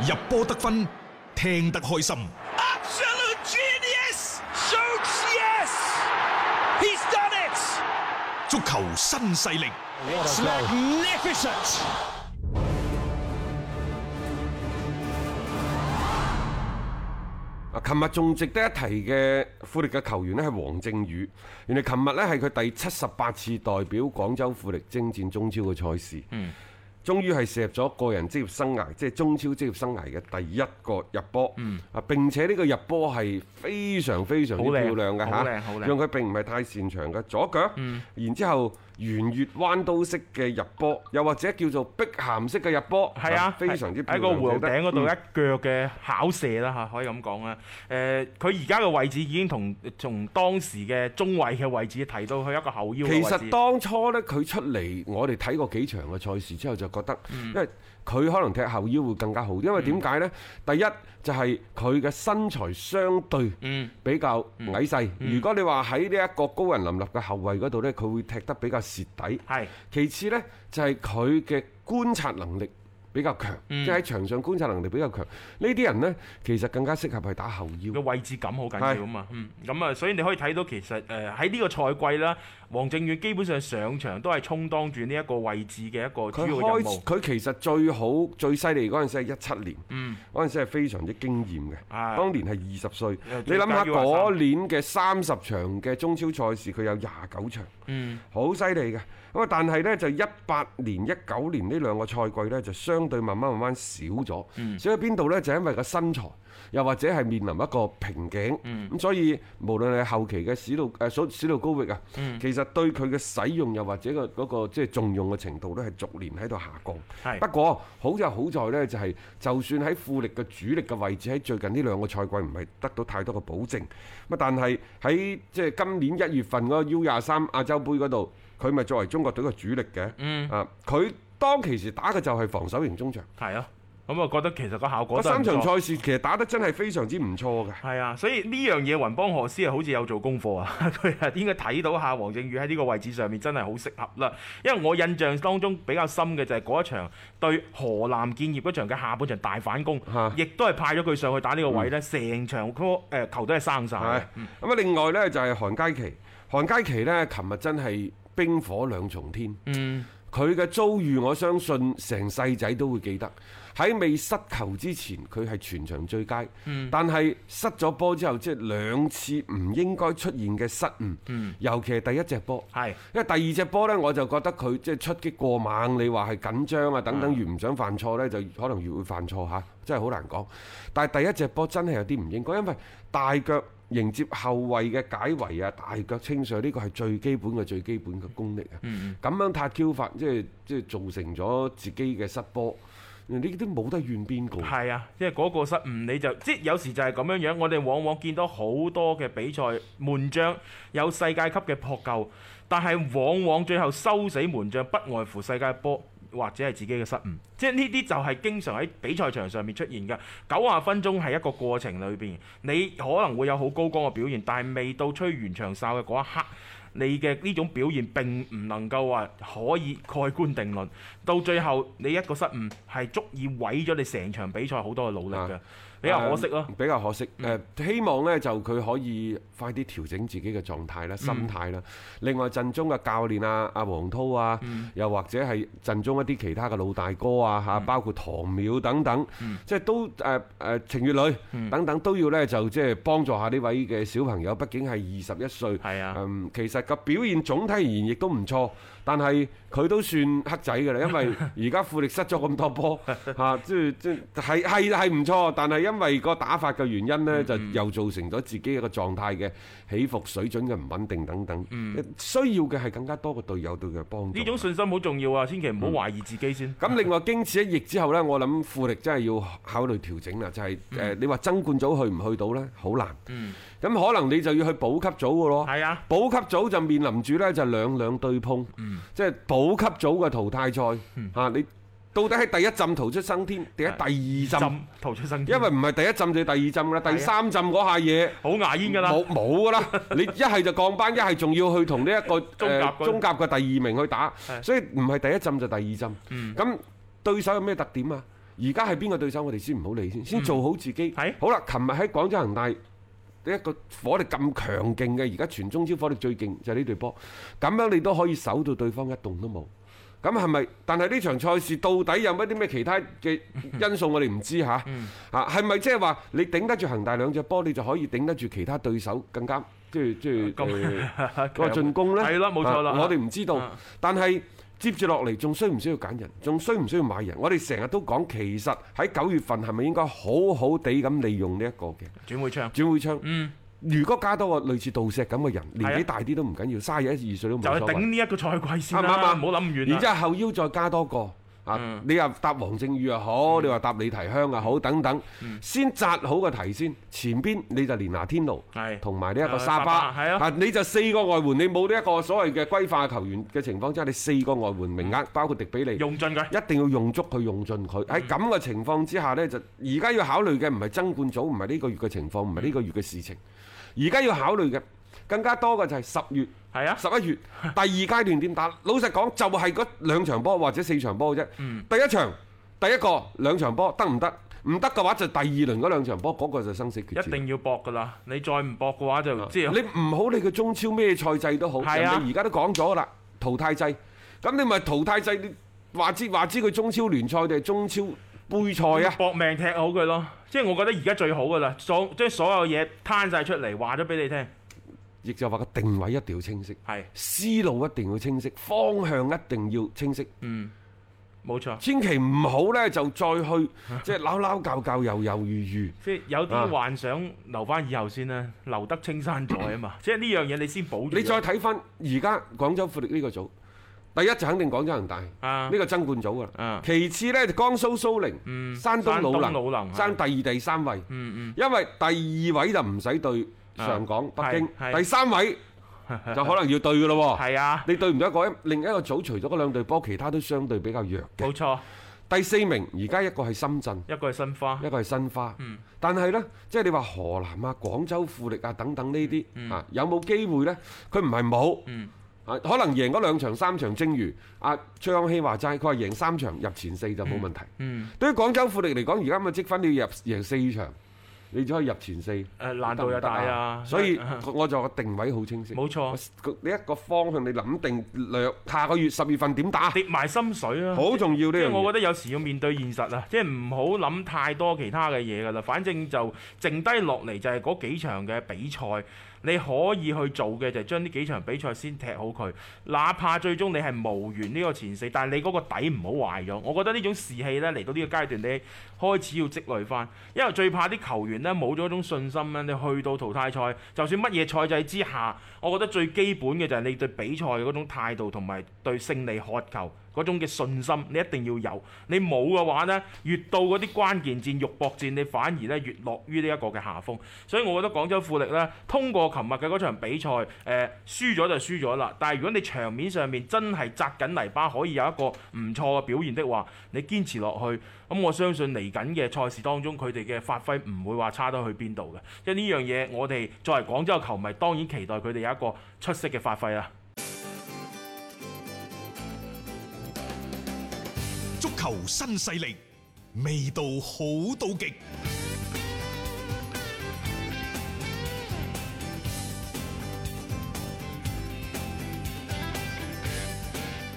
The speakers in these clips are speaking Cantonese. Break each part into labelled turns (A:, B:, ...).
A: 入波得分，聽得開心。
B: Absolute genius! Shoots yes! He's done it!
A: 足球新勢力，
B: It's magnificent!
C: 啊！琴日仲值得一提嘅富力嘅球員呢係黃正宇，原來琴日呢係佢第七十八次代表廣州富力征戰中超嘅賽事，嗯，終於係射入咗個人職業生涯，即係中超職業生涯嘅第一個入波，嗯，啊並且呢個入波係非常非常之
D: 好靚
C: 漂亮嘅
D: 好
C: 嚇，
D: 靚好靚嗯
C: 讓佢並唔係太擅長嘅左腳，然之後圓月彎刀式嘅入波，又或者叫做碧鹹式嘅入波，
D: 係啊，
C: 非常之漂
D: 喺
C: 亮，
D: 個湖
C: 值得
D: 頂嗰度一
C: 嗯
D: 腳嘅巧射啦嚇，可以咁講啊。誒，佢而家嘅位置已經同從當時嘅中衞嘅位置提到去一個後腰嘅位
C: 其
D: 置。
C: 實當初呢，佢出嚟，我哋睇過幾場嘅賽事之後，就覺得，
D: 嗯
C: 因為佢可能踢後腰會更加好，因為點解呢？第一就係佢嘅身材相對
D: 嗯
C: 比較矮細。如果你話喺呢一個高人林立嘅後衞嗰度呢，佢會踢得比較蝕底。
D: 係
C: 其次呢，就係佢嘅觀察能力。比較強，
D: 嗯
C: 即係喺場上觀察能力比較強。呢啲人呢，其實更加適合係打後腰
D: 嘅。位置感好緊要啊嘛，嗯，咁啊，所以你可以睇到其實誒喺呢個賽季啦，黃正宇基本上上場都係充當住呢一個位置嘅一個主
C: 佢
D: 要嘅任
C: 開始
D: 務，
C: 佢其實最好最犀利嗰陣時係一七年，
D: 嗯
C: 嗰陣、時係非常之驚豔嘅。
D: 啊
C: 當年係二十歲，
D: 誒
C: 你諗下
D: 最佳 U23
C: 嗰年嘅三十場嘅中超賽事，佢有廿九場，
D: 嗯
C: 好犀利嘅。咁啊，但係呢，就一八年、一九年呢兩個賽季呢，就相對慢慢慢慢少咗。
D: 嗯
C: 少喺邊度呢？就因為個身材，又或者係面臨一個瓶頸。咁、
D: 嗯
C: 所以無論係後期嘅史路誒史史路高域啊，
D: 嗯
C: 其實對佢嘅使用又或者個嗰個即係重用嘅程度呢，係逐年喺度下降。
D: 係
C: 不過好就好在呢，就係就算喺富力嘅主力嘅位置喺最近呢兩個賽季唔係得到太多嘅保證，咁但係喺即係今年一月份嗰個 U 廿三亞洲杯嗰度，佢咪作為中國隊嘅主力嘅，
D: 嗯
C: 啊佢當其時打嘅就係防守型中場，
D: 係咯，咁啊覺得其實個效果
C: 嗰
D: 都係
C: 三
D: 唔錯
C: 場賽事其實打得真係非常之唔錯嘅。
D: 係啊，所以呢樣嘢雲邦何師啊，好似有做功課啊， 佢啊應該睇到下黃正宇喺呢個位置上面真係好適合啦。因為我印象當中比較深嘅就係嗰一場對河南建業嗰場嘅下半場大反攻
C: 嚇，
D: 亦都係派咗佢上去打呢個位呢，成、場嗰個誒球都係生晒
C: 係
D: 嘅。
C: 咁啊，另外呢，就係韓佳琪，韓佳琪呢，琴日真係冰火兩重天。
D: 嗯，
C: 佢嘅遭遇，我相信成世仔都會記得。喺未失球之前，佢係全場最佳。但係失咗波之後，即係兩次唔應該出現嘅失誤。尤其係第一隻波。
D: 係
C: 因為第二隻波呢，我就覺得佢即係出擊過猛，你話係緊張啊等等，越唔想犯錯呢，就可能越會犯錯嚇，真係好難講。但係第一隻波真係有啲唔應該，因為大腳迎接後衞嘅解圍啊，大腳清水呢個係最基本嘅最基本嘅功力啊。咁樣踏 Q 法，即係即係造成咗自己嘅失波，呢啲都冇得怨邊個。
D: 係啊，即係嗰個失誤你就即係有時就係咁樣樣，我哋往往見到好多嘅比賽門將有世界級嘅撲救，但係往往最後收死門將不外乎世界波。或者係自己嘅失誤，即係呢啲就係經常喺比賽場上面出現嘅。九十分鐘係一個過程裏邊，你可能會有好高光嘅表現，但係未到吹完場哨嘅嗰一刻，你嘅呢種表現並唔能夠話可以蓋棺定論。到最後你一個失誤係足以毀咗你成場比賽好多嘅努力嘅
C: 啊，
D: 比較可惜咯嗯
C: 誒。嗯比較可惜。誒、希望呢就佢可以快啲調整自己嘅狀態啦、
D: 嗯
C: 心態啦。另外陣中嘅教練啊、阿黃濤啊，
D: 嗯
C: 又或者係陣中一啲其他嘅老大哥啊嚇，包括唐淼等等，
D: 嗯
C: 即係都誒誒、呃程月女等等都要呢，就即係幫助下呢位嘅小朋友，畢竟係二十一歲。
D: 係啊
C: 嗯，其實個表現總體而言亦都唔錯，但係佢都算黑仔㗎啦，因為而家富力失咗咁多波嚇，即係即係係係係唔錯，但係因為個打法嘅原因
D: 嗯
C: 呢，就又造成咗自己一個狀態嘅起伏、水準嘅唔穩定等等。需要嘅係更加多個隊友對佢嘅幫
D: 嗯
C: 助。
D: 呢種啊信心好重要啊，千祈唔好懷疑自己先。
C: 咁另外經此一役之後呢，我諗富力真係要考慮調整啦，就係、
D: 嗯
C: 誒你話爭冠組去唔去到呢？好難。咁可能你就要去保級組嘅咯。
D: 係啊，
C: 保級組就面臨住呢，就兩兩對碰，即係保級組嘅淘汰賽嚇你到底喺第一浸逃出生天，定喺第二浸？
D: 浸逃出生天，
C: 因為唔係第一浸就第二浸啦，第三浸嗰下嘢。
D: 好牙煙㗎啦。
C: 冇冇噶啦！你一係就降班，一係仲要去同呢一個
D: 中甲
C: 誒
D: 嗰
C: 中甲嘅第二名去打，
D: 係
C: 所以唔係第一浸就第二浸。咁對手有咩特點啊？而家係邊個對手，我哋先唔好理先，先做好自己。
D: 係
C: 好啦，琴日喺廣州恒大。一個火力咁強勁嘅，而家全中超火力最勁就係呢隊波，咁樣你都可以守到對方一動都冇。咁係咪？但係呢場賽事到底有乜啲咩其他嘅因素我哋唔知嚇。
D: 嗯
C: 啊，係咪即係話你頂得住恒大兩隻波，你就可以頂得住其他對手更加即係即係
D: 咁
C: 呃嗰個進攻呢？
D: 係啦冇錯啦
C: 啊我哋唔知道
D: 啊，
C: 但係。接住落嚟仲需唔需要揀人？仲需唔需要買人？我哋成日都講，其實喺九月份係咪應該好好地咁利用呢一個嘅
D: 轉會窗，
C: 轉會窗？
D: 嗯，
C: 如果加多個類似杜石咁嘅人，年
D: 係啊
C: 紀大啲都唔緊要，三十一二歲都
D: 就
C: 冇
D: 係
C: 所謂
D: 頂。呢一個賽季先
C: 啱唔啱
D: 啦，
C: 啊
D: 唔好諗遠
C: 然之
D: 啦。嗯
C: 後後腰再加多個。啊！你又搭黃正宇又好，你話搭李提香又好，等等，
D: 嗯
C: 先紮好個題先。前邊你就連拿天奴
D: 係，
C: 同埋呢一
D: 誒
C: 個沙
D: 沙
C: 巴，
D: 巴係啊
C: 啊你就四個外援，你冇呢一個所謂嘅歸化球員嘅情況之下，你四個外援名額，
D: 嗯
C: 包括迪比利，
D: 用盡佢，
C: 一定要用足佢，用盡佢。喺咁嘅情況之下呢，就而家要考慮嘅唔係爭冠組，唔係呢個月嘅情況，唔係呢個月嘅事情。而家要考慮嘅更加多嘅就係十月。
D: 係啊，
C: 十一月第二階段點打？老實講，就係嗰兩場波或者四場波嘅啫。第一場第一個兩場波得唔得？唔得嘅話就第二輪嗰兩場波，嗰、個就生死決戰。
D: 一定要搏噶啦。你再唔搏嘅話就知啊。
C: 你唔好理佢中超咩賽制都好，
D: 係
C: 人
D: 啊
C: 哋而家都講咗啦，淘汰制。咁你咪淘汰制，你話知話知佢中超聯賽定係中超杯賽啊？
D: 搏命踢好佢咯，即係我覺得而家最好噶啦，所將所有嘢攤晒出嚟，話咗俾你聽，
C: 亦就話個定位一定要清晰，
D: 係
C: 思路一定要清晰，方向一定要清晰。
D: 嗯冇錯。
C: 千祈唔好呢，就再 去即係撈撈教教、猶猶豫豫。
D: 即係有
C: 啊
D: 啲幻想留翻以後先啦，留得青山在啊 嘛，即係呢樣嘢你先保住佢。
C: 你再睇翻而家廣州富力呢個組，第一就肯定廣州恒大呢
D: 啊
C: 個爭冠組噶
D: 啊嗯
C: 啦。其次呢，就江蘇蘇寧、山東魯
D: 山東魯能啊嗯
C: 能爭第二、第三位，因為第二位就唔使對上港、
D: 啊
C: 北京
D: 係，係
C: 第三位 就可能要對噶咯喎。
D: 嗯係啊，
C: 你對唔到一個另一個組，除咗嗰兩隊波，其他都相對比較弱嘅。
D: 冇錯，
C: 第四名而家一個係深圳。
D: 一個係申花，
C: 一個係申花。但係呢，即係你話河南啊、廣州富力啊等等呢啲啊，有冇機會呢？佢唔係冇。
D: 嗯
C: 啊，可能贏嗰兩場、三場，正如阿崔康熙話齋，佢話贏三場入前四就冇問題。
D: 嗯，
C: 對於廣州富力嚟講，而家咁嘅積分你要入贏四場，你就可以入前四。
D: 誒難度又大
C: 得唔 得
D: 啊，
C: 所以我就話定位好清晰。
D: 冇錯，
C: 你一個方向你諗定略下個月十月份點打，
D: 跌埋心水啦。
C: 啊好重要呢
D: 啊即
C: 樣
D: 係我覺
C: 嘢。
D: 得有時要面對現實啊，即係唔好諗太多其他嘅嘢㗎啦。反正就剩低落嚟就係嗰幾場嘅比賽，你可以去做嘅就係將呢幾場比賽先踢好佢。哪怕最終你係無緣呢個前四，但係你嗰個底唔好壞咗。我覺得呢種士氣呢，嚟到呢個階段，你開始要積累翻，因為最怕啲球員呢冇咗一種信心呢，你去到淘汰賽，就算乜嘢賽制之下，我覺得最基本嘅就係你對比賽嗰種態度同埋對勝利渴求嗰種嘅信心，你一定要有。你冇嘅話呢，越到嗰啲關鍵戰、肉搏戰，你反而呢越落於呢一個嘅下風。所以我覺得廣州富力呢，通過琴日嘅嗰場比賽，誒、呃、輸咗就輸咗啦。但係如果你場面上面真係扎緊泥巴，可以有一個唔錯嘅表現的話，你堅持落去，咁我相信嚟緊嘅賽事當中，佢哋嘅發揮唔會話差得去邊度嘅。即係呢樣嘢，我哋作為廣州球迷，當然期待佢哋有一個出色嘅發揮啊啦。
A: 足球新勢力，味道好到極。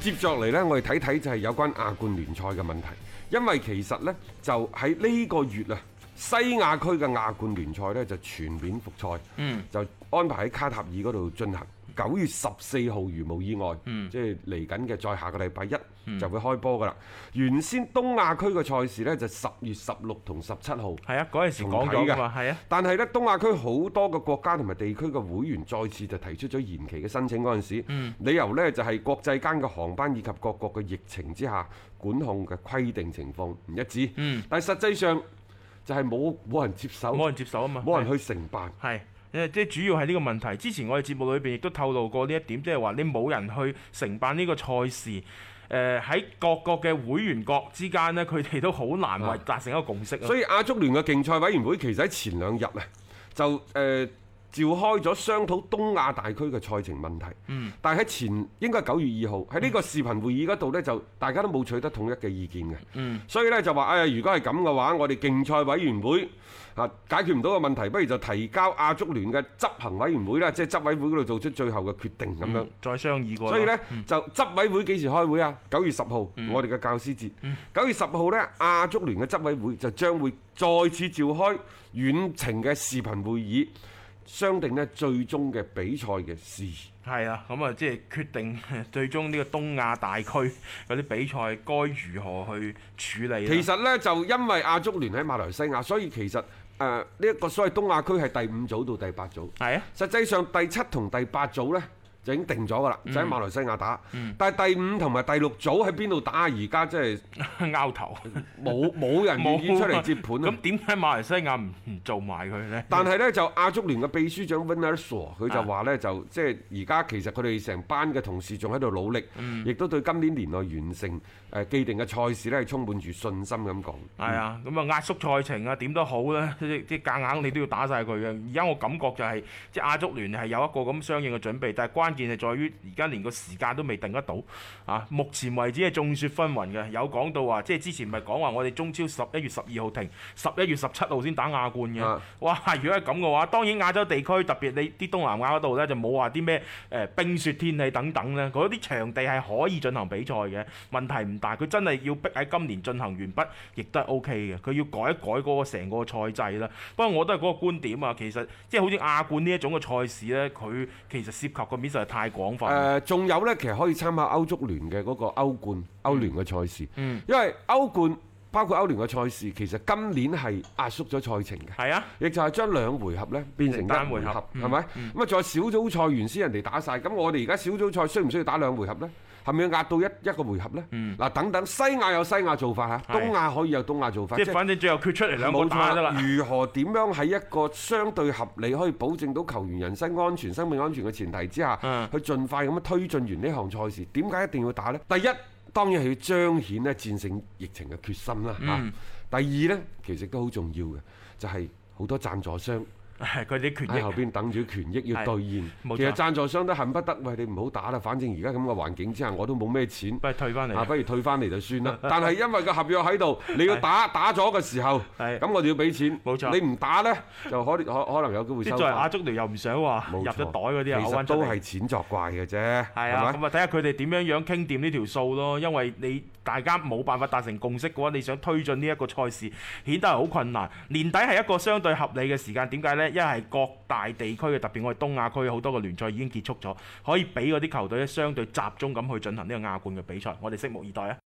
C: 接落嚟呢，我哋睇睇就係有關亞冠聯賽嘅問題，因為其實呢，就喺呢個月啊，西亞區嘅亞冠聯賽呢，就全面復賽，
D: 嗯
C: 就安排喺卡塔爾嗰度進行。九月十四號，如無意外，
D: 嗯
C: 即係嚟緊嘅，再下個禮拜一就會開波噶啦。原先東亞區嘅賽事呢，就十月十六同十七號。
D: 係啊，嗰陣時講咗㗎嘛，係啊，
C: 但係咧，東亞區好多個國家同埋地區嘅會員再次就提出咗延期嘅申請嗰陣時，
D: 嗯
C: 理由呢就係國際間嘅航班以及各國嘅疫情之下管控嘅規定情況唔一致。但係實際上就係冇冇人接手，
D: 嗯冇人接手啊嘛，
C: 冇人去承辦。
D: 係。誒，即係主要係呢個問題。之前我哋節目裏邊亦都透露過呢一點，即係話你冇人去承辦呢個賽事。誒、喺各國嘅會員國之間呢，佢哋都好難為
C: 啊
D: 達成一個共識啊。
C: 所以亞足聯嘅競賽委員會其實喺前兩日啊，就誒、呃
D: 召開咗商討東亞大區嘅賽程問題。嗯、但係喺前應該係九月二號喺呢個視頻會議嗰度呢，就大家都冇取得統一嘅意見嘅。
E: 嗯
D: 所以呢，就話，哎呀，如果係咁嘅話，我哋競賽委員會啊解決唔到個問題，不如就提交亞足聯嘅執行委員會啦，即係執委會嗰度做出最後嘅決定咁樣。
E: 再商議過啦。
D: 嗯所以呢，就執委會幾時開會啊？九月十號，我哋嘅教師節。九月十號呢，亞足聯嘅執委會就將會再次召開遠程嘅視頻會議，商定呢最終嘅比賽嘅事宜。
E: 係啊，咁啊，即係決 定最終呢個東亞大區嗰啲比賽該如何去處理啦
D: 其實呢，就因為亞足聯喺馬來西亞，所以其實誒呢一個所謂東亞區係第五組到第八組。
E: 係啊，
D: 實際上第七同第八組呢，就已經定咗㗎啦，就喺馬來西亞打。但係第五同埋第六組喺邊度打啊？而家真係
E: 拗頭
D: 冇冇人願意出嚟接盤啊！
E: 咁點解馬來西亞唔唔做埋佢呢？
D: 但係呢，就亞足聯嘅秘書長 Winner Shaw 佢就話呢，就即係而家其實佢哋成班嘅同事仲喺度努力，亦都對今年年內完成誒既定嘅賽事呢係充滿住信心咁講。
E: 係啊，咁啊壓縮賽程啊，點都好啦， 即即夾硬你都要打晒佢嘅。而家我感覺就係、即亞足聯係有一個咁相應嘅準備，但係關鍵係在於而家連個時間都未定得到啊！目前為止係眾說紛紜嘅，有講到話即係之前咪講話我哋中超十一月十二號停，十一月十七號先打亞冠嘅。
D: 啊
E: 哇！如果係咁嘅話，當然亞洲地區特別你啲東南亞嗰度呢，就冇話啲咩誒冰雪天氣等等呢。嗰啲場地係可以進行比賽嘅，問題唔大。佢真係要逼喺今年進行完畢，亦都係 O K 嘅。佢要改一改嗰個成個賽制啦。不過我都係嗰個觀點啊，其實即係好似亞冠呢一種嘅賽事呢，佢其實涉及個面實在太廣泛
C: 嗯
E: 啦。
D: 誒，仲有呢，其實可以參考歐足聯嘅嗰個歐冠、歐聯嘅賽
E: 嗯
D: 事，因為歐冠包括歐聯嘅賽事，其實今年係壓縮咗賽程嘅。
E: 係啊，
D: 亦就係將兩回合呢變成一
E: 單回
D: 回
E: 合
D: 合，
E: 嗯
D: 係咪？咁啊，仲有小組賽原先人哋打晒，咁我哋而家小組賽需唔需要打兩回合呢？係咪要壓到一一個回合呢？嗱，等等，西亞有西亞做法嚇，
E: 嗯係
D: 東亞可以有東亞做法，
E: 即係反正最後決出嚟兩個
D: 冇
E: 打得啦。
D: 錯。如何點樣喺一個相對合理可以保證到球員人身安全、生命安全嘅前提之下，
E: 嗯
D: 去盡快咁樣推進完呢項賽事？點解一定要打呢？第一，當然係要彰顯咧戰勝疫情嘅決心啦嚇。
E: 嗯
D: 第二呢，其實都好重要嘅，就係、好多贊助商。
E: 佢啲權
D: 喺
E: 益
D: 後邊等住權益要兌現
E: 冇錯。
D: 其實贊助商都恨不得，喂你唔好打啦，反正而家咁嘅環境之下，我都冇咩錢
E: 不。如退翻嚟
D: 啊，
E: 啦。
D: 不如退翻嚟就算 啦。但係因為個合約喺度，你要打打咗嘅時候，
E: 係
D: 咁我哋要俾錢。
E: 冇錯
D: 你唔打呢，就可可可能有機會
E: 即
D: 收
E: 係作為亞
D: 翻。
E: 足聯又唔想話入
D: 冇
E: 咗
D: 錯
E: 袋嗰啲啊，
D: 其
E: 嘔
D: 實
E: 返出
D: 都
E: 嚟
D: 係錢作怪嘅啫，
E: 係啊，
D: 係咪？
E: 咁啊睇下佢哋點樣樣傾掂呢條數咯，因為你大家冇辦法達成共識嘅話，你想推進呢一個賽事，顯得係好困難。年底係一個相對合理嘅時間，點解呢？一係各大地區嘅，特別我哋東亞區好多個聯賽已經結束咗，可以俾嗰啲球隊咧相對集中咁去進行呢個亞冠嘅比賽，我哋拭目以待啊！